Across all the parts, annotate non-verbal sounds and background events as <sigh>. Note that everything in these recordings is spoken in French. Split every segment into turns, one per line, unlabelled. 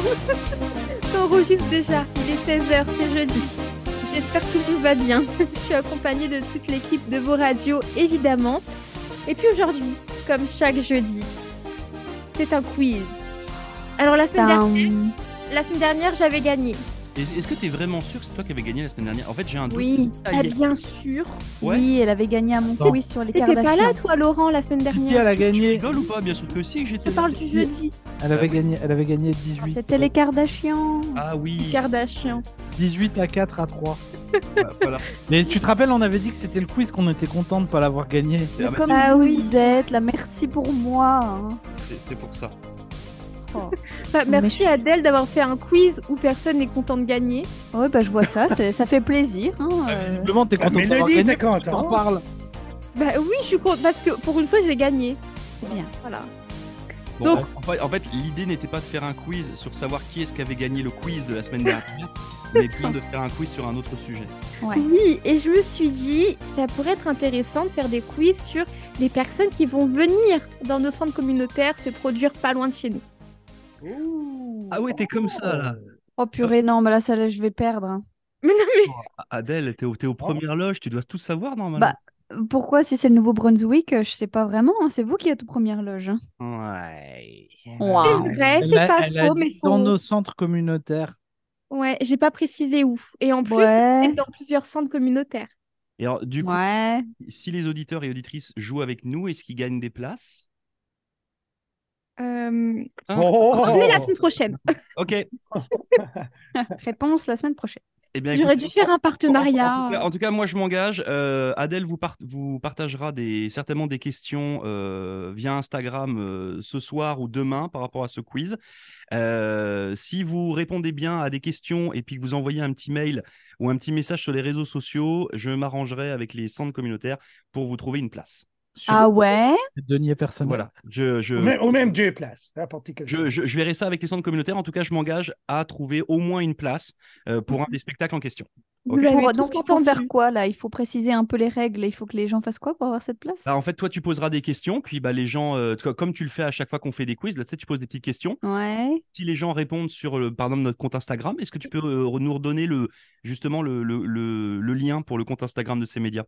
<laughs> T'enregistres déjà, il est 16h, c'est jeudi. J'espère que tout va bien. <laughs> Je suis accompagnée de toute l'équipe de vos radios, évidemment. Et puis aujourd'hui, comme chaque jeudi, c'est un quiz. Alors la semaine, dernière,
Down.
la semaine dernière, j'avais gagné.
Est- Est-ce que t'es vraiment sûr que c'est toi qui avais gagné la semaine dernière En fait, j'ai un doute.
Oui,
Ah,
Ah,
il est-
bien sûr.
Ouais.
oui, elle avait gagné à mon
Attends.
quiz sur les
T'étais pas là,
Kardashians.
toi, Laurent, la semaine
Si, elle
dernière
a
Tu
gagné.
rigoles ou pas Bien sûr que si, j'étais.
Je parle du jeudi.
Elle avait gagné. Elle avait gagné 18.
Ah,
C'était les Kardashians.
Ah oui.
Kardashian.
18 à 4 à 3.
Voilà, Bah, voilà.
Mais tu te rappelles, on avait dit que c'était le quiz qu'on était content de pas l'avoir gagné.
C'est- ah bah,
Comme
Ah
vous
oui.
êtes, la merci pour moi. hein.
c'est- C'est pour ça.
Oh.
Bah,
sont
merci
méchants.
Adèle d'avoir fait un quiz où personne n'est content de gagner.
Ouais, bah je vois ça, c'est- ça fait plaisir. hein,
Ah
euh.
Simplement,
Ah,
t'es content de pas l'avoir
Mélodie,
gagné.
t'es
Je t'en
content
parle.
Bah oui, je suis contente parce que pour une fois, j'ai gagné.
C'est bien.
Voilà.
Bon,
Donc-
en fait, en fait, l'idée n'était pas de faire un quiz sur savoir qui est-ce qui avait gagné le quiz de la semaine dernière,
<laughs>
mais bien de faire un quiz sur un autre sujet.
Ouais.
Oui, et je me suis dit, ça pourrait être intéressant de faire des quiz sur les personnes qui vont venir dans nos centres communautaires se produire pas loin de chez nous.
Ah ouais, t'es comme ça là.
Oh purée, non, mais là, ça, là, je vais perdre. hein.
Mais non, mais
Adèle, t'es au- t'es aux premières loges, tu dois tout savoir normalement.
Bah, Pourquoi, si c'est le Nouveau-Brunswick, euh, je sais pas vraiment. hein, C'est vous qui êtes aux premières
<laughs>
loges. hein.
Bah.
Ouais.
Waouh.
c'est vrai,
Ah. Elle
c'est
a-
pas
elle a
faux,
dit
mais
Dans
faut-
nos centres communautaires.
Ouais, j'ai pas précisé où. Et en plus,
Ouais,
c'est dans plusieurs centres communautaires.
Et alors, du coup,
ouais.
si les auditeurs et auditrices jouent avec nous, est-ce qu'ils gagnent des places
Euh...
Oh.
Ah,
on est la semaine prochaine.
Ok. Eh
Réponse la semaine prochaine.
Bah,
bien,
J'aurais
écoute,
dû faire un
En, en tout cas,
partenariat.
en tout cas, moi, je m'engage. Euh, Adèle vous, par- vous partagera des, certainement des questions euh, via Instagram euh, ce soir ou demain par rapport à ce quiz. Euh, si vous répondez bien à des questions et puis que vous envoyez un petit mail ou un petit message sur les réseaux sociaux, je m'arrangerai avec les centres communautaires pour vous trouver une place.
Ah ouais?
Denier personne.
Voilà. Je, je,
Ou même, ou même deux places. n'importe quel.
Euh, je, je- je verrai ça avec les centres communautaires. En tout cas, je m'engage à trouver au moins une place euh, pour un des spectacles en question.
Vous
Ok.
l'avez
Pour- euh,
tous
donc, il faut
entendu.
faire quoi là? Il faut préciser un peu les règles et il faut que les gens fassent quoi pour avoir cette place?
Bah, en fait, toi, tu poseras des questions, puis bah, les gens, euh, co- comme tu le fais à chaque fois qu'on fait des quiz, là, tu sais, tu poses des petites questions.
Ouais.
Si les gens répondent sur, le, par exemple, notre compte Instagram, est-ce que tu peux euh, nous redonner le, justement le, le- le- le lien pour le compte Instagram de ces médias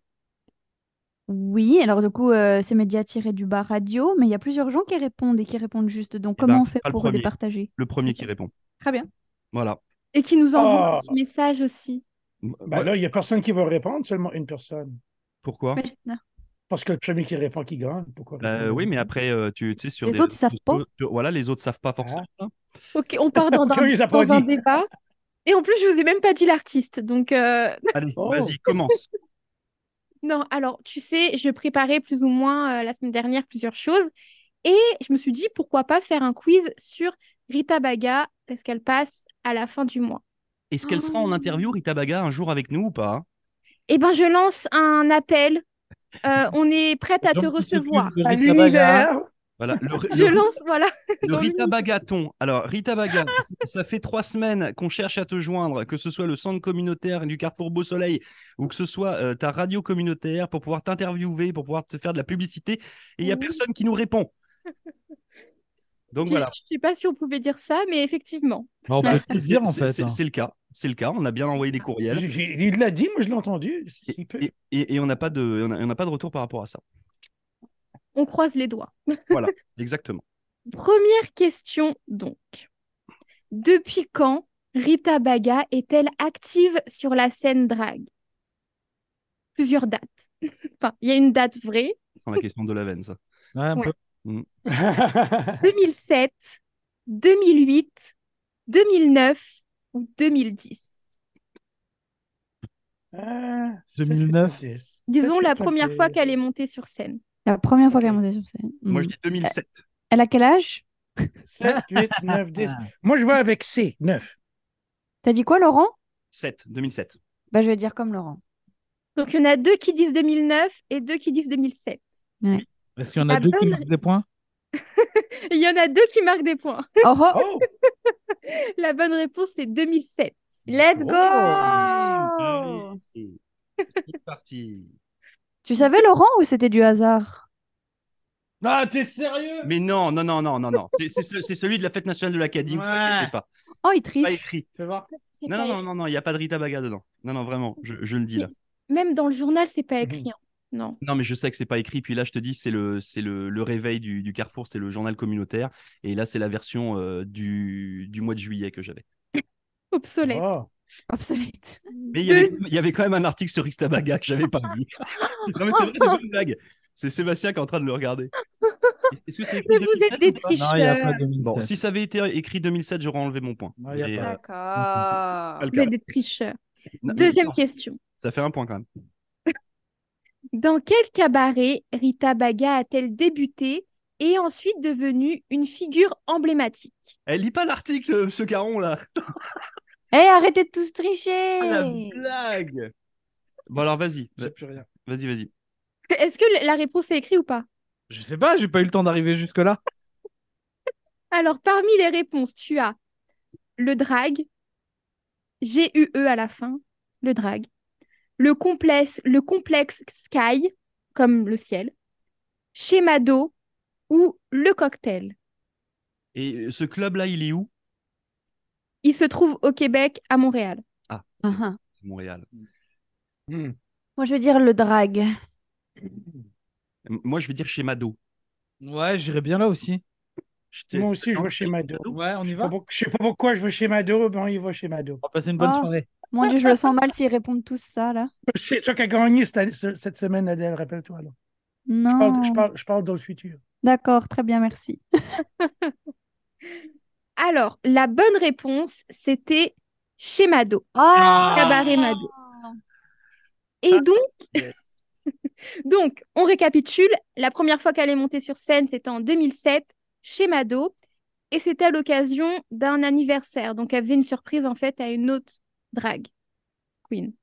Oui, alors du coup, euh, c'est média du bas radio, mais il y a plusieurs gens qui répondent et qui répondent juste. Donc,
Eh
comment
ben,
on
c'est
fait
pas le
pour les
premier.
partager?
Le premier qui répond.
Très bien.
Voilà.
Et qui nous envoie
Ah.
Oh.
un petit message aussi.
Bah,
Ben
Ouais,
là, il n'y a personne qui va répondre, seulement une personne.
Pourquoi
Non.
Parce que le premier qui répond qui gagne. Pourquoi
Bah,
répondre?
Oui, mais après, euh, tu tu sais, sur
Les
des
autres, ils savent pas. Ah.
sur- voilà, les autres savent pas forcément.
<laughs>
Ok, on
<laughs>
part dans, un,
Curieux, ils ont
dans
pas
un
dit.
débat. Et en plus, je vous ai même pas dit l'artiste. Donc, euh,
Allez,
Oh.
vas-y, commence.
non, alors, tu sais, je préparais plus ou moins euh, la semaine dernière plusieurs choses. Et je me suis dit, pourquoi pas faire un quiz sur Rita Baga, parce qu'elle passe à la fin du mois.
Est-ce qu'elle sera
<laughs>
en interview, Rita Baga, un jour avec nous ou pas hein
Eh ben, je lance un appel.
<laughs>
Euh, on est prête à te
Donc, c'est
recevoir.
plus de
À
Rita Baga.
l'univers!
Voilà, le,
Je
le-
lance, voilà.
Le
Dans
Rita
l'univers.
Bagaton. Alors, Rita Baga, <laughs> ça- ça fait trois semaines qu'on cherche à te joindre, que ce soit le centre communautaire du Carrefour Beau Soleil ou que ce soit euh, ta radio communautaire pour pouvoir t'interviewer, pour pouvoir te faire de la publicité. Et il n'y a
Oui.
personne qui nous répond.
<laughs>
Donc
Je
voilà.
je sais pas si on pouvait dire ça, mais effectivement.
Bah, on peut te
C'est
le dire en fait.
c'est-
hein.
c'est le cas. C'est le cas. On a bien envoyé des courriels.
J'ai- j'ai- Il l'a dit, moi je l'ai entendu.
Et,
Il peut-
et- et- et on n'a pas, de- on a- on n'a pas de retour par rapport à ça.
On croise les doigts.
Voilà, exactement.
Première question donc. Depuis quand Rita Baga est-elle active sur la scène drague Plusieurs dates. <laughs> Enfin, il y a une date
<laughs>
vraie,
Sans la question de la veine, ça.
Ouais, un
Ouais.
peu.
2007, 2008, 2009 ou 2010.
<laughs> Ah,
2009.
790.
Disons la première fois qu'elle est
790.
montée sur scène.
La première fois qu'elle est
Ok.
montée sur scène.
Moi,
Hmm.
je dis 2007.
Elle a quel âge?
7, 8, 9, 10. Moi je vais avec C, 9.
T'as dit quoi, Laurent?
7, 2007.
Bah, je vais dire comme Laurent. <laughs>
Donc il y en a deux qui disent 2009 et deux qui disent 2007.
Est-ce qu'il y en a
La
deux qui
bonne-
marquent des points
Et il y en a deux qui marquent des points. <laughs>
Oh, oh,
Oh!
La bonne réponse c'est 2007.
let's go!
Oh. Allez, c'est parti.
Tu savais, Laurent, ou c'était du hasard?
Non, t'es sérieux?
Mais non, non, non, non, non, non. C'est- C'est ce- c'est celui de la fête nationale de l'Acadie, vous
Ouais.
inquiétez pas.
Oh, il triche.
Pas écrit.
Fais voir.
C'est
Non,
pas-
non, non, non, non, il n'y a pas de Rita Baga dedans. Non, non, vraiment, je, je le dis là.
Même dans le journal, c'est
Mmh.
pas écrit. hein. Non.
Non, mais je sais que c'est pas écrit. Puis là, je te dis, c'est le, c'est le, le réveil du, du Carrefour, c'est le journal communautaire. Et là, c'est la version euh, du, du mois de juillet que j'avais.
Obsolète.
Oh.
Obsolète.
Mais il y, avait, il y avait quand même un article sur Rixtabaga que j'avais pas
<laughs>
vu. non, mais c'est vrai, c'est pas une blague. C'est Sébastien qui est en train de le regarder. Est-ce que c'est écrit
Mais vous
2007
êtes des
ou pas
Non, il n'y a pas
tricheurs.
de
Bon,
mystère.
si ça avait été écrit 2007, j'aurais enlevé mon point.
Non, il y a
Mais,
pas.
euh,
D'accord.
pas le
Vous
cas.
êtes des tricheurs.
Non, mais
Deuxième
non,
question.
Ça fait un point quand même.
Dans quel cabaret Rita Baga a-t-elle débuté et ensuite devenue une figure emblématique
Elle lit pas l'article, euh, ce caron là.
Eh, arrêtez de tous tricher.
Ah, La blague. Bon alors vas-y,
J'ai plus rien.
vas-y, vas-y.
Est-ce que la réponse est écrite ou pas
Je sais pas, j'ai pas eu le temps d'arriver jusque-là.
Alors, parmi les réponses, tu as le drag, G-U-E à la fin, le drag, le complexe, le complexe sky, comme le ciel, schéma d'eau ou le cocktail.
Et euh, ce club là, il est où
Il se trouve au Québec, à Montréal.
Ah, ah.
Montréal.
Mm.
Hmm.
Moi, je veux dire le drag.
M- Moi, je vais dire chez Mado.
Ouais, j'irai bien là aussi.
J'étais-
Moi aussi, je
Non,
vais chez Mado.
Ouais, on y
Je sais pas pour- je sais pas pourquoi je vais chez Mado, mais on y va chez Mado.
On va passer une bonne
Ah.
soirée.
Mon Dieu, je le sens mal s'ils répondent tous ça, là.
C'est toi qui as gagné cette, ce- cette semaine, Adèle, rappelle-toi. là. Je
Non.
parle, je, parle, je parle dans le futur.
D'accord, très bien, merci.
Alors, la bonne réponse, c'était schéma d'eau,
Ah
cabaret Mado. Et donc, <laughs> donc, on récapitule. La première fois qu'elle est montée sur scène, c'était en 2007 chez Mado. Et c'était à l'occasion d'un anniversaire. Donc, elle faisait une surprise, en fait, à une autre drague queen.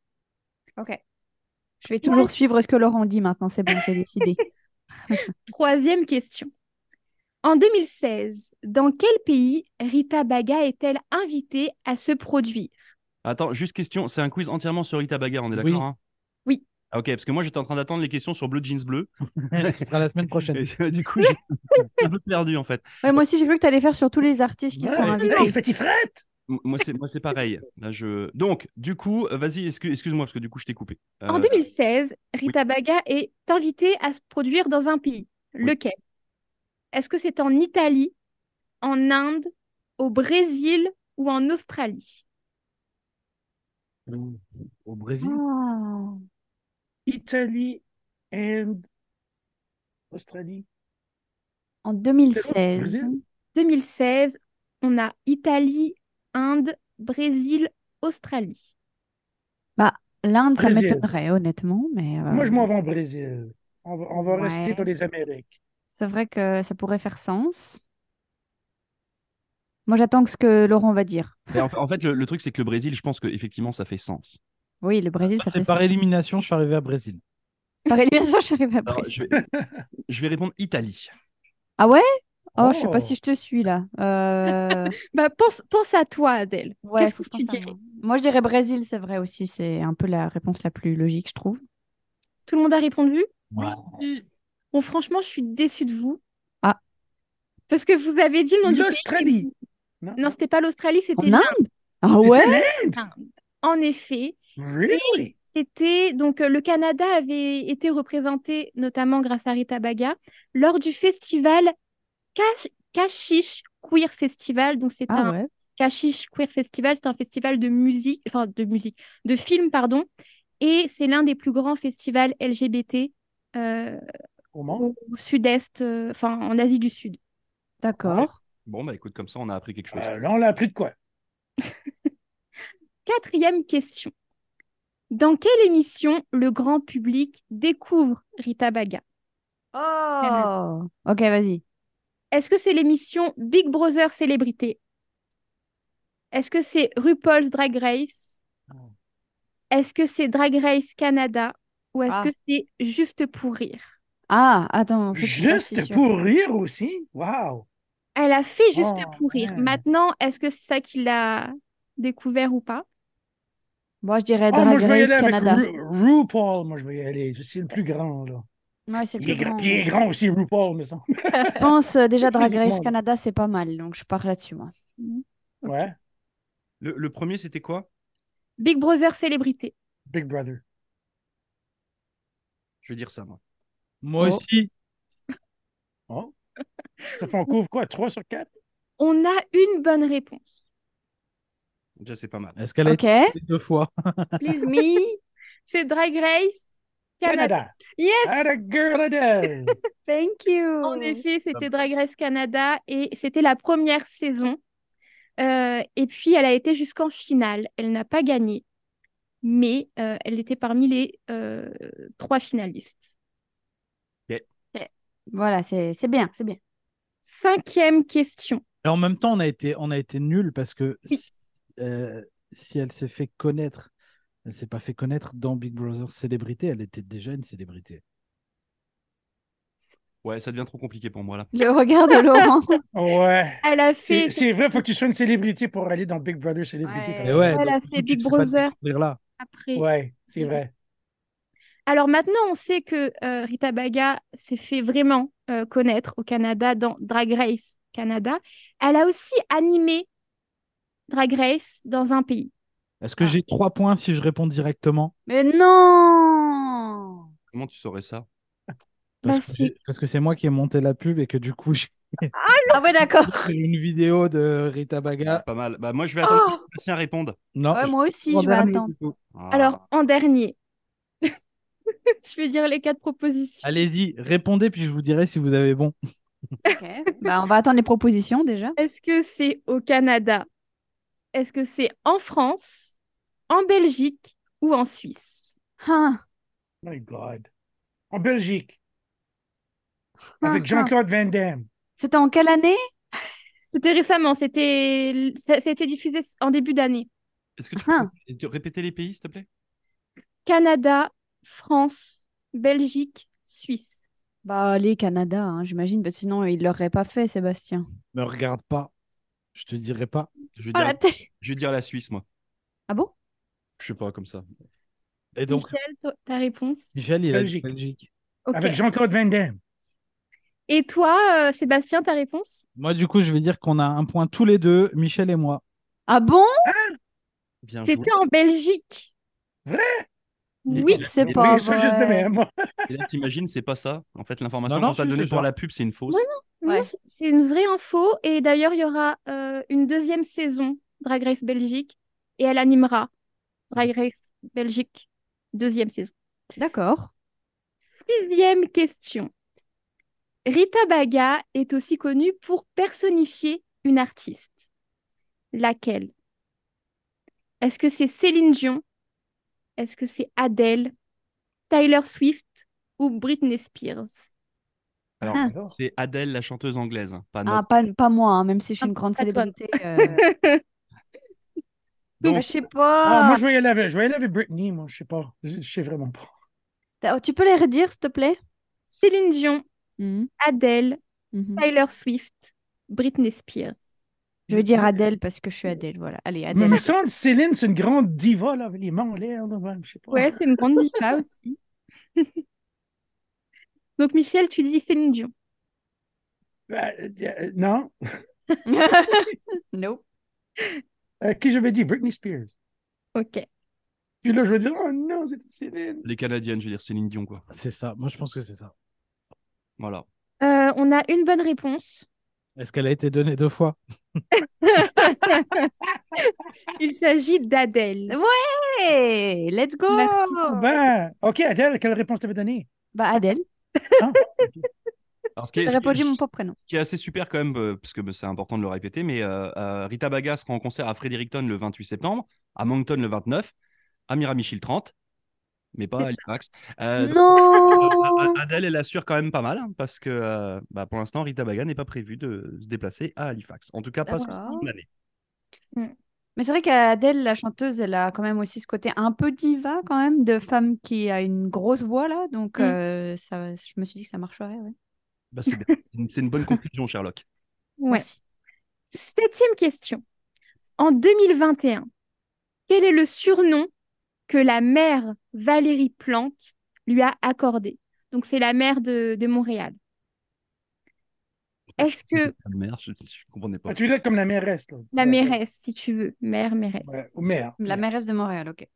Je vais toujours suivre ce que Laurent dit maintenant, c'est bon, j'ai décidé.
Troisième question. En 2016, dans quel pays Rita Baga est-elle invitée à se produire
Attends, juste question, c'est un quiz entièrement sur Rita Baga, on est d'accord
Oui.
hein
Oui.
Ah, ok, parce que moi j'étais en train d'attendre les questions sur Bleu Jeans Bleu.
Ce sera la semaine prochaine. <laughs>
Et, <laughs> euh, du coup, j'ai j'ai un peu perdu en fait.
Ouais, moi aussi, j'ai cru que tu allais faire sur tous les artistes qui sont
Ouais.
invités.
Hey, petit frette!
M- Moi c'est moi c'est pareil. Là, je... Donc, du coup, euh, vas-y, excu- excuse-moi parce que du coup je t'ai coupé.
En
Euh,
2016, Rita Baga est invitée à se produire dans un pays. Lequel Est-ce que c'est en Italie, en Inde, au Brésil ou en Australie
Au Brésil.
Ah.
Italie et Australie.
En
Au Brésil
2016.
2016, on a Italie, Inde, Brésil, Australie.
L'Inde, ça
Brésil.
m'étonnerait, honnêtement, mais euh,
Moi, je m'en vais au Brésil. On va, on va
Ouais.
rester dans les Amériques.
c'est vrai que ça pourrait faire sens. Moi, j'attends que ce que Laurent va dire.
et en, en fait, le, le truc c'est que le Brésil, je pense qu'effectivement ça fait sens.
Oui, le Brésil, ça fait
C'est par
sens.
élimination, je suis arrivé à Brésil.
Par élimination, <laughs> j'arrive à
Alors,
Brésil.
je, je vais répondre Italie.
Ah ouais? Oh, je sais
Oh.
pas si je te suis là. Euh,
Bah, pense, pense à toi, Adèle.
ouais,
Qu'est-ce
faut
que
que
tu
je pense à
dirais
moi. Moi, je dirais Brésil, c'est vrai aussi. C'est un peu la réponse la plus logique, je trouve.
Tout le monde a répondu
Ouais.
Bon, franchement, je suis déçue de vous.
Ah.
Parce que vous avez dit le nom du pays.
L'Australie!
Non, c'était pas l'Australie, c'était
En Inde? Ah
C'était
ouais?
l'Inde. En effet,
Really?
C'était donc euh, le Canada avait été représenté notamment grâce à Rita Baga lors du festival Cash- Kashish Queer Festival. Donc c'est
Ah
un
ouais?
Kashish Queer Festival, c'est un festival de musique, enfin de musique, de films pardon, et c'est l'un des plus grands festivals LGBT euh,
Comment?
Oh.
au sud-est, euh, enfin en Asie du Sud.
D'accord.
Bon, bah écoute, comme ça, on a appris quelque chose.
Euh, là, on l'a plus de quoi?
Quatrième question. Dans quelle émission le grand public découvre Rita Baga?
Oh! Ok, vas-y.
Est-ce que c'est l'émission Big Brother Célébrité? Est-ce que c'est RuPaul's Drag Race? Est-ce que c'est Drag Race Canada? Ou est-ce
Ah.
que c'est juste pour rire?
Ah, attends, en fait, je suis pas si
Juste
sûre.
pour rire aussi? Wow!
Elle a fait juste
Oh,
pour rire.
ouais.
Maintenant, est-ce que c'est ça qu'il a découvert ou pas?
Moi, je dirais
Oh,
Drag
moi, je vais y
Race
aller avec
Canada.
Ru- RuPaul. Moi, je vais y aller. C'est le plus grand, là.
Ouais, c'est le
Il est,
plus
grand,
grand.
puis il est grand aussi, RuPaul, me semble.
Je
<laughs>
pense euh, déjà Drag Race
Physiquement.
Canada, c'est pas mal, donc je pars là-dessus, moi.
Ouais.
Le, le premier, c'était quoi
Big Brother célébrité.
Big Brother.
Je vais dire ça, moi.
Moi
Oh.
aussi.
Oh. Ça fait, on couvre quoi 3 sur 4
On a une bonne réponse.
Déjà, c'est pas mal.
Est-ce qu'elle a
Ok.
été deux fois
Please me. C'est Drag Race Canada.
Canada.
Yes,
Atta girl Adele.
thank you.
En effet, c'était Drag Race Canada et c'était la première saison. Euh, et puis, elle a été jusqu'en finale. Elle n'a pas gagné, mais euh, elle était parmi les euh, trois finalistes.
Voilà, c'est c'est bien, c'est bien.
Cinquième question.
Et en même temps, on a été, on a été nuls parce que
Oui.
si, euh, si elle s'est fait connaître, elle s'est pas fait connaître dans Big Brother Célébrité, elle était déjà une célébrité.
Ouais, ça devient trop compliqué pour moi, là.
<laughs> Le regard de Laurent.
Ouais.
Elle a fait,
C'est c'est vrai, faut que tu sois une célébrité pour aller dans Big Brother Célébrité.
Ouais.
t'as
Et
raison.
Eh ouais,
elle a
donc,
fait
tu
Big
te fais pas
Brother
découvrir là.
après.
Ouais, c'est vrai.
Alors maintenant, on sait que euh, Rita Baga s'est fait vraiment euh, connaître au Canada dans Drag Race Canada. Elle a aussi animé Drag Race dans un pays.
Est-ce que j'ai trois points si je réponds directement
Mais non
Comment tu saurais ça
Bah,
Parce que j'ai- parce que c'est moi qui ai monté la pub et que du coup, <laughs> j'ai
Ah ouais, d'accord.
fait une vidéo de Rita
Ah,
Baga.
Pas mal. Bah, moi, je vais attendre
Oh
que Bastien réponde.
Non,
Ah.
Ouais,
je-
moi aussi,
en
je vais
dernier,
attendre.
du coup.
Ah.
Alors, en dernier, <laughs> je vais dire les quatre propositions.
Allez-y, répondez, puis je vous dirai si vous avez bon.
Ok. Bah, on va attendre les propositions déjà.
Est-ce que c'est au Canada? Est-ce que c'est en France, en Belgique ou en Suisse?
Hein,
Oh My God. En Belgique,
hein,
avec
hein.
Jean-Claude Van Damme.
C'était en quelle année
C'était récemment, c'était l- ça, ça a été diffusé s- en début d'année.
Est-ce que tu
Hein.
peux te- répéter les pays, s'il te plaît
Canada, France, Belgique, Suisse.
Bah, les Canada, hein, j'imagine, parce que sinon, il l'aurait pas fait, Sébastien.
Me regarde pas. Je te dirai pas.
je vais,
Oh
dire,
la tête
je vais dire la Suisse, moi.
Ah bon
Je sais pas, comme ça.
Et donc,
Michel, toi, ta réponse?
Michel, il a dit
Belgique.
Belgique.
Ok.
Avec Jean-Claude Van Damme.
Et toi, euh, Sébastien, ta réponse?
Moi, du coup, je vais dire qu'on a un point tous les deux, Michel et moi.
Ah bon
Bien joué.
C'était en Belgique.
Vrai
Mais-
Oui, c'est
mais-
pas
Mais ça, juste de
vrai.
même.
Et là, t'imagines, c'est pas ça. En fait, l'information
Non, non,
qu'on t'a
si,
donnée
c'est
pour
ça.
la pub, c'est une fausse.
Ouais,
Ouais.
Non, c'est- c'est une vraie info. Et d'ailleurs, il y aura euh, une deuxième saison Drag Race Belgique et elle animera Drag Race Belgique, deuxième saison.
D'accord.
Sixième question. Rita Baga est aussi connue pour personnifier une artiste. Laquelle? Est-ce que c'est Céline Dion? Est-ce que c'est Adele? Taylor Swift ou Britney Spears?
Alors,
Ah.
Alors,
c'est Adèle, la chanteuse anglaise. hein, Pas
Ah,
notre-
pas, pas moi, hein, même si je suis une grande
Pas toi.
célébrité. euh,
Donc,
bah, <laughs> je sais
Ah,
pas.
moi, je vais y aller avec, je vais y aller avec Britney, moi, je sais pas. Je je sais vraiment pas.
T'as- oh, Tu peux les redire, s'il te plaît
Céline Dion,
Mhm,
Adele,
mhm.
Taylor Swift, Britney Spears.
Je vais dire Adèle parce que je suis Adèle. Voilà. Allez,
Mais il
Adèle.
me semble que Céline, c'est une grande diva, là, avec les mains en l'air, là, ouais, je sais pas.
Ouais, c'est une grande <laughs> diva aussi. Donc Michel, tu dis Céline Dion.
Bah, euh, non.
nope.
Euh, qui j'avais dit? Britney Spears.
Ok.
Puis là, je vais dire, oh non, c'est Céline.
les Canadiennes, je veux dire Céline Dion, quoi.
C'est ça. Moi, je pense que c'est ça.
Voilà.
Euh, on a une bonne réponse.
Est-ce qu'elle a été donnée deux fois
Il s'agit d'Adèle.
Hey, let's go.
Merci,
Oh.
Ben, OK, Adèle, quelle réponse t'avais donnée?
Bah, Adèle.
Alors, ce qui, est,
J'ai
ce qui est-
répondu mon propre prénom.
ce qui est assez super quand même, euh, parce que bah, c'est important de le répéter, mais euh, euh, Rita Baga sera en concert à Fredericton le 28 septembre, à Moncton le 29, à Miramichi le 30, mais pas à Halifax. Euh, donc, <laughs>
non.
A- Adèle, elle assure quand même pas mal, hein, parce que euh, bah, pour l'instant, Rita Baga n'est pas prévue de se déplacer à Halifax. En tout cas, pas
Ah
sur
D'accord.
toute l'année.
Mais c'est vrai qu'Adèle, la chanteuse, elle a quand même aussi ce côté un peu diva, quand même, de femme qui a une grosse voix, là. Donc,
Mm.
euh, ça, je me suis dit que ça marcherait. Ouais.
Bah, c'est bien. C'est une- c'est une bonne conclusion, Sherlock.
Ouais.
Merci.
Septième question. En 2021, quel est le surnom que la mère Valérie Plante lui a accordé? Donc c'est la mère de, de Montréal. Est-ce que
La mère, je, je comprenais pas.
Ah, tu l'as comme la mairesse. Là.
la mairesse, si tu veux, mère, mairesse.
Ouais, ou maire.
La mairesse de Montréal, ok.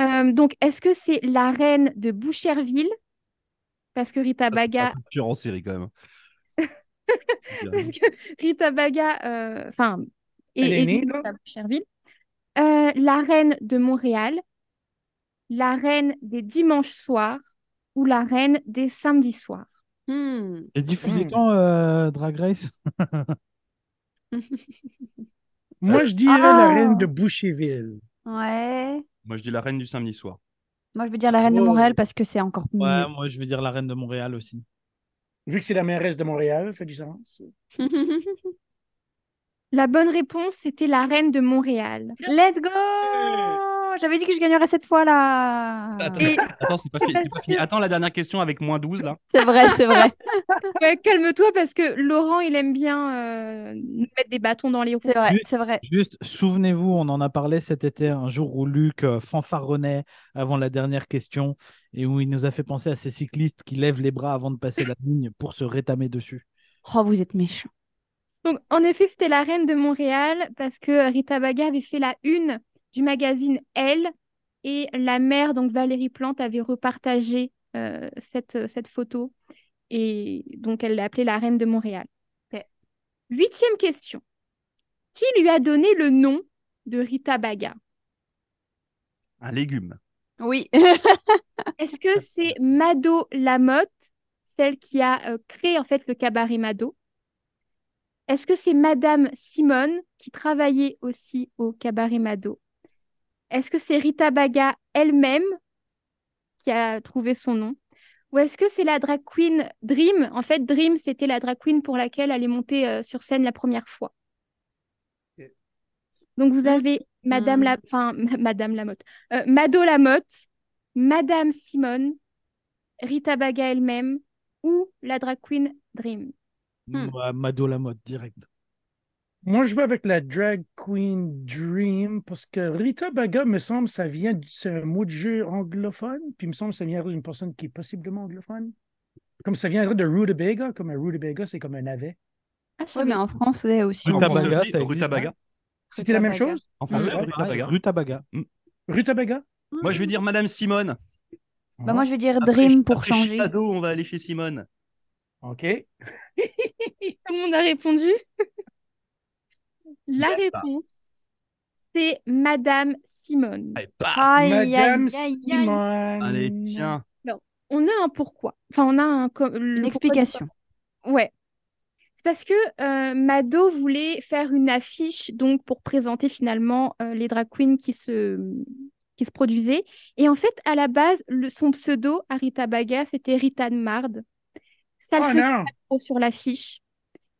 Euh, donc, est-ce que c'est la reine de Boucherville Parce que Rita Baga, <laughs>
La culture en série quand même. hein.
parce que Rita Baga, euh, enfin,
Elle est
est, est
née,
née
là
à Boucherville. Euh, la reine de Montréal, la reine des dimanches soirs ou la reine des samedis soirs.
Hmm.
Et diffusé
Hmm.
quand euh, Drag Race
Moi, je dirais
Ah.
la reine de Boucherville.
Ouais.
Moi, je dis la reine du samedi soir.
Moi, je veux dire la reine de
Oh.
Montréal parce que c'est encore mieux. <laughs>
Ouais, moi je vais dire la reine de Montréal aussi.
Vu que c'est la mairesse de Montréal, fait du sens.
La bonne réponse, c'était la reine de
<laughs>
Montréal.
Let's go J'avais dit que je gagnerais cette fois là.
Attends,
Et-
attends, c'est pas fini, c'est pas fini. Attends la dernière question avec moins 12 là.
C'est vrai, c'est vrai.
Ouais, calme-toi parce que Laurent, il aime bien euh, nous mettre des bâtons dans les roues.
C'est vrai, c'est vrai.
Juste, souvenez-vous, on en a parlé cet été, un jour où Luc euh, fanfaronnait avant la dernière question et où il nous a fait penser à ces cyclistes qui lèvent les bras avant de passer la ligne pour se rétamer dessus.
Oh, vous êtes méchants.
Donc, en effet, c'était la reine de Montréal parce que euh, Rita Baga avait fait la une du magazine Elle et la mère, donc Valérie Plante, avait repartagé euh, cette, cette photo et donc elle l'a appelée la reine de Montréal.
Ok.
Huitième question. Qui lui a donné le nom de Rita Baga?
Un légume.
<laughs> Oui.
Est-ce que c'est Mado Lamotte, celle qui a euh, créé en fait le cabaret Mado? Est-ce que c'est Madame Simone qui travaillait aussi au cabaret Mado? Est-ce que c'est Rita Baga elle-même qui a trouvé son nom? Ou est-ce que c'est la drag queen Dream? En fait, Dream, c'était la drag queen pour laquelle elle est montée euh, sur scène la première fois.
Ok.
Donc vous avez Madame la... enfin, <laughs> Madame Lamotte. Euh, Mado Lamotte, Madame Simone, Rita Baga elle-même ou la drag queen Dream.
Hmm.
Ouais, Mado la mode, direct.
Moi, je vais avec la drag queen Dream parce que Rita Baga, me semble, ça vient, du- c'est un mot de jeu anglophone, puis me semble, ça vient d'une personne qui est possiblement anglophone. Comme ça viendrait de rutabaga, comme un rutabaga, c'est comme un navet.
Ouais, mais en France, ouais, aussi.
Rutabaga, ça
aussi,
existe,
rutabaga.
hein.
C'était la même
Rutabaga.
chose?
En français,
Ah, Ouais, pareil,
rutabaga.
Rue Tabaga.
Rutabaga?
Moi, je vais dire Madame Simone.
Bah, moi, je vais dire
Après-
Dream pour
après
changer.
Shadow, on va aller chez Simone.
OK.
Tout le monde a répondu. la réponse, c'est Madame Simone.
Allez, paf
Aïe, aïe,
Madame
aïe, aïe.
Simone.
Allez, tiens.
On a un pourquoi. Enfin, on a un co- le pourquoi
Une
du
explication.
Ouais. C'est parce que euh, Mado voulait faire une affiche donc pour présenter finalement euh, les drag queens qui se, qui se produisaient. Et en fait, à la base, le, son pseudo à Rita Baga, c'était Rita de Marde. Ça le
Oh
faisait
non!
trop sur l'affiche.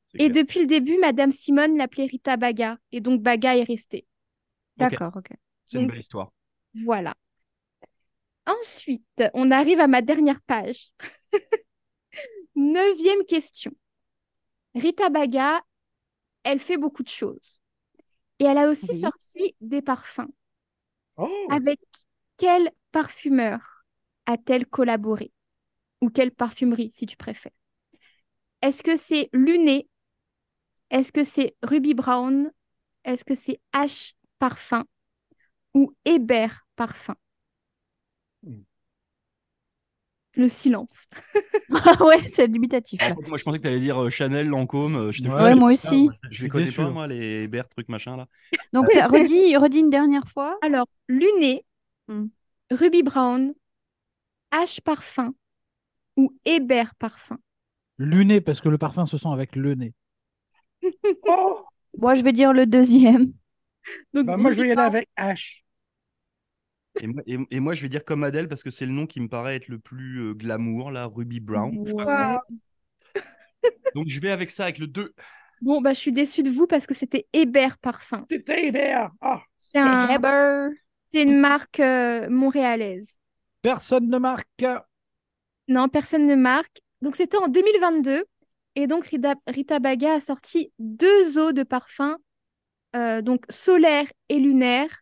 C'est
Et
clair.
depuis le début, Madame Simone l'appelait Rita Baga. Et donc Baga est restée.
D'accord, ok.
C'est une
donc-
belle histoire.
Voilà. Ensuite, on arrive à ma dernière page. <laughs> Neuvième question. Rita Baga, elle fait beaucoup de choses. Et elle a aussi
Oui.
sorti des parfums.
Oh!
Avec quel parfumeur a-t-elle collaboré? Ou quelle parfumerie, si tu préfères? Est-ce que c'est Luné? Est-ce que c'est Ruby Brown? Est-ce que c'est H Parfum? Ou Hébert Parfum?
Hmm.
Le silence.
<laughs> Ah ouais, c'est limitatif. là.
moi, je pensais que tu allais dire euh, Chanel, Lancôme. euh, je te-
Ouais,
Ouais, moi
Ah,
aussi.
je
Je
suis
les connais
déçu.
pas,
hein.
moi, les Hébert, truc machin, là.
Donc, t'as- redis, redis une dernière fois.
Alors, Luné,
Hmm.
Ruby Brown, H Parfum ou Hébert Parfum.
Luné, parce que le parfum se sent avec le nez.
Oh!
Moi, je vais dire le deuxième.
Donc,
Bah, moi, je
Ruby
vais y aller avec H.
Et moi, et- et moi, je vais dire comme Adèle parce que c'est le nom qui me paraît être le plus euh, glamour, là, Ruby Brown. Je sais pas quoi.
Ouais. Mm-hmm.
Donc, je vais avec ça, avec le
<laughs>
2.
Bon, bah, je suis déçue de vous parce que c'était Hébert Parfum.
C'était Hébert! Ah!
C'est un-
Weber.
c'est une marque euh, montréalaise.
Personne ne marque.
Non, personne ne marque. Donc, c'était en 2022. Et donc, Rita, Rita Baga a sorti deux eaux de parfum, euh, donc solaire et lunaire.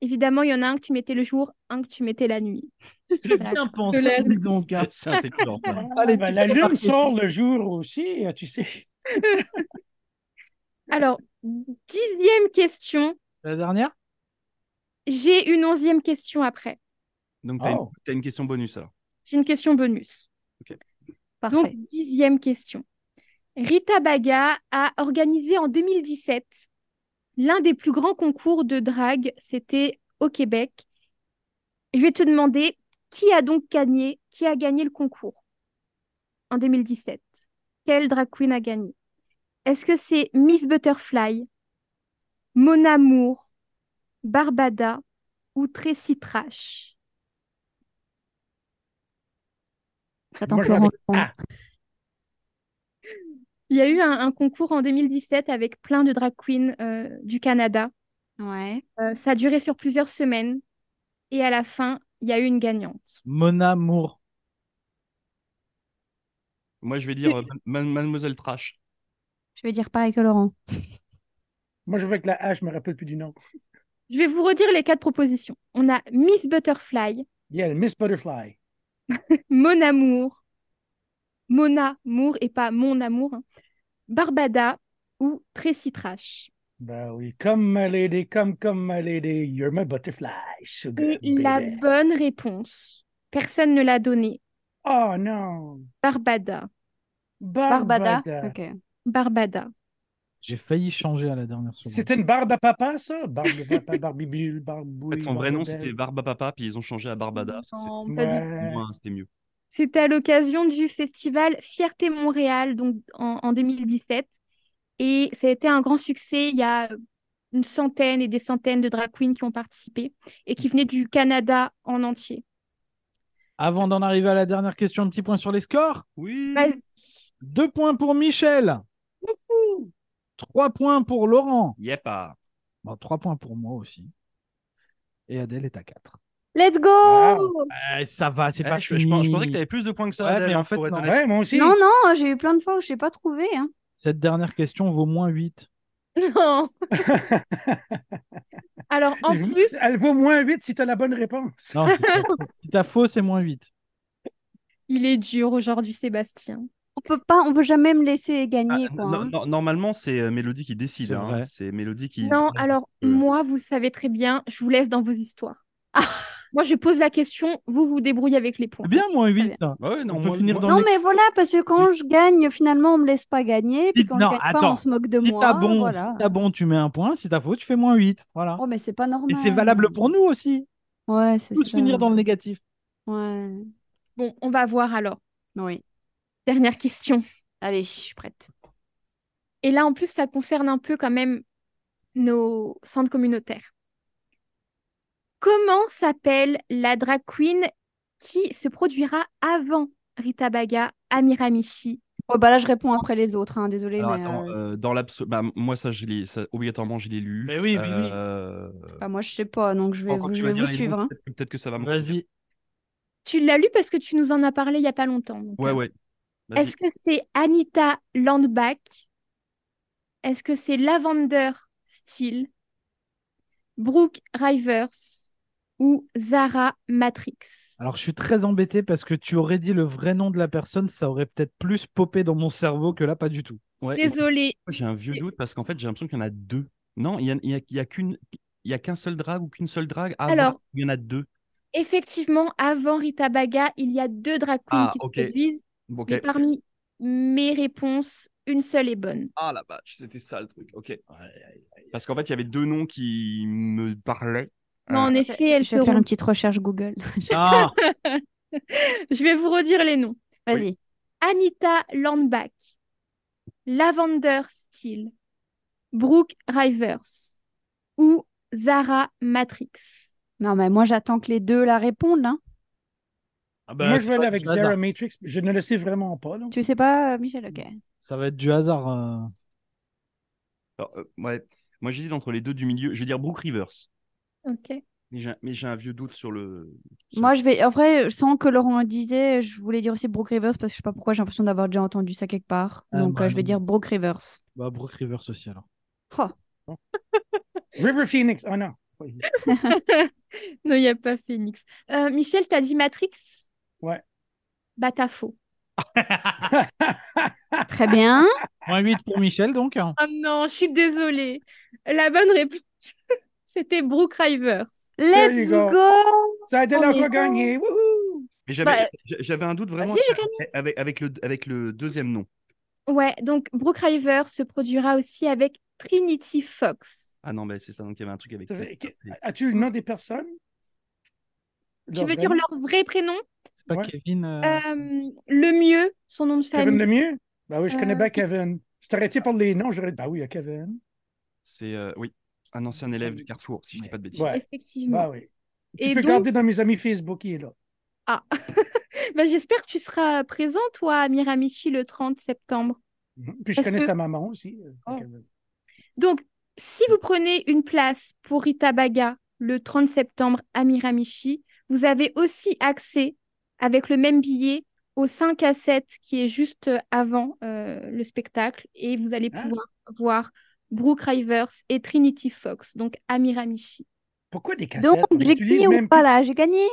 Évidemment, il y en a un que tu mettais le jour, un que tu mettais la nuit.
C'est bien pensé,
Soleil.
Ah.
dis donc. hein.
C'est intelligent. ça.
Allez,
Bah,
tu
la
fais
lune
partie.
sort le jour aussi, hein, tu sais. <laughs>
Alors, dixième question.
La dernière
J'ai une onzième question après.
Donc, t'as une-
Oh.
t'as une, question bonus alors.
J'ai une question bonus. Donc,
Parfait.
dixième question. Rita Baga a organisé en 2017 l'un des plus grands concours de drague. C'était au Québec. Je vais te demander qui a donc gagné, qui a gagné le concours en 2017. Quelle drag queen a gagné Est-ce que c'est Miss Butterfly, Mona Moore, Barbada ou Tracy Trash
J'attends
Moi, je
Coran.
vais avec A.
Il y a eu un, un concours en 2017 avec plein de drag queens euh, du Canada.
Ouais.
Euh, ça a duré sur plusieurs semaines. Et à la fin, il y a eu une gagnante.
Mona Moore.
Moi, je vais dire euh,
<laughs>
ma- Mademoiselle Trash.
Je vais dire pareil que Laurent.
Moi, je vais avec la H, je me rappelle plus du nom.
Je vais vous redire les quatre propositions. On a Miss Butterfly,
Il y a le Miss Butterfly.
Mon Amour, Mona Moore et pas Mon Amour, hein, Barbada ou Tracy Trash.
Ben oui, comme my lady, comme, comme my lady, you're my butterfly, sugar
Et la
baby.
bonne réponse, personne ne l'a donnée,
Oh non!
Barbada.
Barbada.
Barbada.
Ok.
Barbada.
J'ai failli changer à la dernière seconde.
C'était une barbe à papa, ça? Barbe à papa, barbibule, barbouille.
En fait, son vrai nom,
barbadelle.
c'était Barba Papa, puis ils ont changé à Barbada. parce que c'était
Non, pas du
Ouais.
moins- C'était mieux.
C'était à l'occasion du festival Fierté Montréal, donc en, en 2017. Et ça a été un grand succès. Il y a une centaine et des centaines de drag queens qui ont participé et qui venaient du Canada en entier.
Avant d'en arriver à la dernière question, un petit point sur les scores.
Oui.
Vas-y.
Deux points pour Michel. Trois points pour Laurent.
Yep. ah.
Bon, trois points pour moi aussi. Et Adèle est à 4.
Let's go!
Wow.
Euh, ça va, c'est
Eh,
pas
je,
fini.
je pens- je pensais que tu avais plus de points que ça.
Ouais,
Adèle,
mais en
hein,
fait,
pour être
non.
honnête.
Ouais, moi aussi.
Non, non, j'ai eu plein de fois où je n'ai pas trouvé. hein.
Cette dernière question vaut moins 8.
<laughs> Non. Alors, en
Je-
plus,
Elle vaut moins 8 si t'as la bonne réponse.
Non, si t'as- <laughs> si t'as faux, c'est moins 8.
il est dur aujourd'hui, Sébastien.
On peut pas, on peut jamais me laisser gagner,
Ah,
quoi.
no-
hein.
no- normalement, c'est euh, Mélodie qui décide.
C'est
hein.
vrai.
C'est Mélodie qui.
Non, alors,
Euh.
moi, vous le savez très bien, je vous laisse dans vos histoires. moi, je pose la question, vous vous débrouillez avec les points.
C'est bien, moins 8.
Très
ça.
Ouais, non,
On peut
moi-
finir
moi-
dans
Non,
les-
mais voilà, parce que quand je gagne, finalement, on me laisse pas gagner. Puis
Si-
quand
non,
je gagne pas,
attends.
on se moque de
Si
moi.
t'as bon,
voilà.
si t'as bon, tu mets un point. Si t'as faux, tu fais moins 8. Voilà.
Oh, mais c'est pas normal.
Et c'est valable pour nous aussi.
Ouais, c'est
Tous
ça.
finir dans le négatif.
Ouais.
Bon, on va voir alors.
Oui.
Dernière question.
Allez, je suis prête.
Et là, en plus, ça concerne un peu quand même nos centres communautaires. Comment s'appelle la drag queen qui se produira avant Rita Baga à Miramichi?
Oh, bah là, je réponds après les autres. hein, Désolée,
Alors,
mais
attends,
euh,
euh, dans l'absolu. Bah, moi, ça, je l'ai- ça, obligatoirement, je l'ai lu.
Mais oui, mais oui.
Euh,
c'est pas moi, je sais pas, donc je vais,
quand
vous,
tu
je
vas
vais
dire
vous
les
suivre.
noms,
hein.
peut-être que- Peut-être que ça va me.
Vas-y.
Tu l'as lu parce que tu nous en as parlé il n'y a pas longtemps. donc,
Ouais,
euh,
ouais. Vas-y.
Est-ce que c'est Anita Landback? Est-ce que c'est Lavender Steele? Brooke Rivers ou Zara Matrix?
Alors, je suis très embêté parce que tu aurais dit le vrai nom de la personne, ça aurait peut-être plus popé dans mon cerveau que là, pas du
<laughs>
tout.
Ouais, et-
Désolée,
Moi, J'ai un vieux
Et-
doute parce qu'en fait, j'ai l'impression qu'il y en a deux. Non, il y a, il y a- il y a qu'une, il y a qu'un seul drag ou qu'une seule drague. Avant,
Alors-
il y en a deux.
Effectivement, avant Rita Baga, il y a deux drag queens
Ah,
qui se
ok.
produisent,
Bon, ok.
mais parmi mes réponses, une seule est bonne.
Ah la vache, c'était ça le truc. Ok. Parce qu'en fait, il y avait deux noms qui me parlaient.
Mais en
Euh,
effet, elles
Je vais faire
seront.
une petite recherche Google.
Ah,
Je vais vous redire les noms.
Vas-y.
Anita Landback, Lavender Steele, Brooke Rivers ou Zara Matrix.
Non, mais moi, j'attends que les deux la répondent. hein.
Ben,
Moi, je vais aller avec Zara
Zara.
Matrix. Je ne le sais vraiment pas. là.
Tu sais pas, euh, Michel? Ok.
Ça va être du hasard. euh.
alors, euh, ouais. Moi, j'hésite entre les deux du milieu. Je vais dire Brooke Rivers.
Ok.
Mais j'ai, mais j'ai un vieux doute sur le. sur-
Moi, je vais. En vrai, sans que Laurent le disait, je voulais dire aussi Brooke Rivers parce que je sais pas pourquoi j'ai l'impression d'avoir déjà entendu ça quelque part.
Ah,
Donc,
bah
euh, je vais
non.
dire Brooke Rivers.
Bah, Brooke Rivers aussi, alors.
<laughs>
Oh,
River Phoenix. Oh non.
Non, il n'y a pas Phoenix. Euh, Michel, t'as dit Matrix?
Ouais.
Bah, t'as faux.
Très bien.
Moins 8 pour Michel, donc. hein.
Ah non, je suis désolée. La bonne réponse, <laughs> c'était Brooke Rivers.
There you
Let's
go.
go.
Ça a été
Oh,
encore
mais-
gagné. Wouhou!
Mais j'avais euh,
Bah,
j'a- j'avais un doute vraiment
vas-y, j'ai
avec, avec, le, avec le deuxième nom.
Ouais, donc Brooke Rivers se produira aussi avec Trinity Fox.
Ah non, mais c'est ça, donc il y avait un truc avec.
Ça fait- As-tu le nom des personnes?
Tu veux dire leur vrai prénom
C'est pas
Ouais.
Kevin. euh,
Euh, Le mieux, son nom de
Kevin
famille.
Lemieux? Ben oui, je connais
Euh,
bien Kevin. C'est arrêté par les noms, j'aurais dit, ben oui, il y a Kevin.
C'est euh, oui, un ancien élève du Carrefour, si je dis pas de bêtises.
Ouais.
Effectivement.
Ben oui. Tu
Et
peux
donc-
garder dans mes amis Facebook, il est là.
Bah, J'espère que tu seras présent, toi, à Miramichi, le 30 septembre.
Mhm. Puis je
Est-ce
connais
que-
sa maman aussi. euh,
Oh.
Kevin.
Donc, si vous prenez une place pour Ritabaga le 30 septembre à Miramichi, vous avez aussi accès, avec le même billet, au 5 à 7 qui est juste avant euh, le spectacle. Et vous allez
Ah.
pouvoir voir Brooke Rivers et Trinity Fox, donc à Miramichi.
Pourquoi des cassettes?
Donc,
On
j'ai
n'utilise
gagné ou
même
pas là J'ai gagné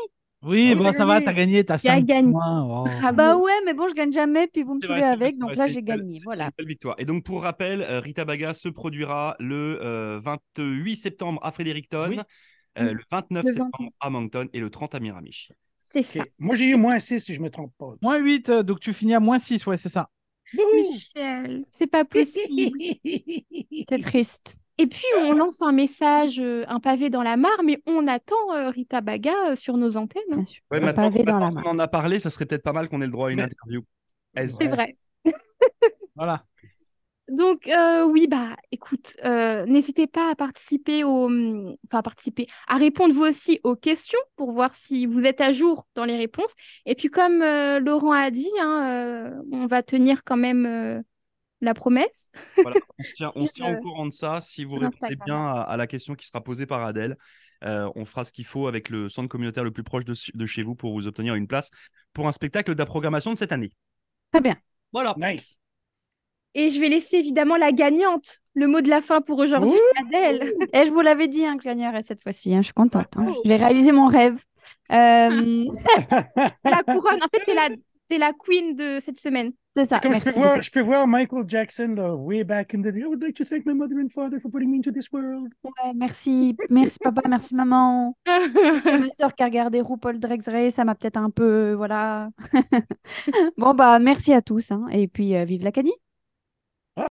Oui,
Ah oui,
bon,
t'as
ça va,
gagné.
t'as gagné, t'as
Il a
5
gagné.
points. oh.
Bravo.
Bah ouais, mais bon, je gagne jamais, puis vous me
C'est
saoulez
vrai, c'est
avec,
vrai,
donc
c'est
là,
vrai, c'est
j'ai
une belle-
gagné.
c'est- C'est
Voilà.
une belle victoire. Et donc, pour rappel, euh, Rita Baga se produira le euh, 28 septembre à Fredericton,
Oui.
Mmh.
euh, le 29
Le 20.
septembre à Moncton et le 30 à Miramichi.
C'est
plus.
ça.
Ok. Moi, j'ai eu moins 6, si je ne me trompe pas.
Moins 8, euh, donc tu finis à moins 6, ouais, c'est ça.
Wouhou!
Michel, c'est pas
<laughs>
possible.
C'est triste.
Et puis, on lance un message, euh, un pavé dans la mare, mais on attend euh, Rita Baga euh, sur nos antennes. hein.
Bien sûr.
Ouais,
Un
maintenant
pavé dans la
maintenant qu'on en a parlé, ça serait peut-être pas mal qu'on ait le droit à une
Mais-
interview. Est-ce-
C'est vrai.
Voilà.
Donc, euh, oui, bah, écoute, euh, n'hésitez pas à participer au, hum, enfin, à participer, à répondre vous aussi aux questions pour voir si vous êtes à jour dans les réponses. Et puis, comme euh, Laurent a dit, hein, euh, on va tenir quand même euh, la promesse.
Voilà, on se tient, on se tient
Euh,
au courant de ça. Si vous
sur
répondez
Instagram.
bien à, à la question qui sera posée par Adèle, euh, on fera ce qu'il faut avec le centre communautaire le plus proche de, de chez vous pour vous obtenir une place pour un spectacle de la programmation de cette année.
Très bien.
Voilà.
<laughs> Nice.
Et je vais laisser évidemment la gagnante, le mot de la fin pour aujourd'hui, Adèle.
Et je vous l'avais dit, hein, que est cette fois-ci. hein, je suis contente. hein. J'ai réalisé mon rêve.
<laughs>
Euh,
La couronne, en fait, t'es la, t'es la queen de cette semaine.
c'est ça.
C'est comme je
merci
peux, voir, je peux voir Michael Jackson, là, way back in the day. I would like to thank my mother and father for putting me into this world.
beaucoup. Ouais, merci. Merci papa, merci maman. <laughs> Merci à ma soeur qui a regardé RuPaul Drag Race. Ça m'a <laughs> peut-être un peu... Voilà. bon, bah, merci à tous. hein, et puis, euh, vive l'Acadie.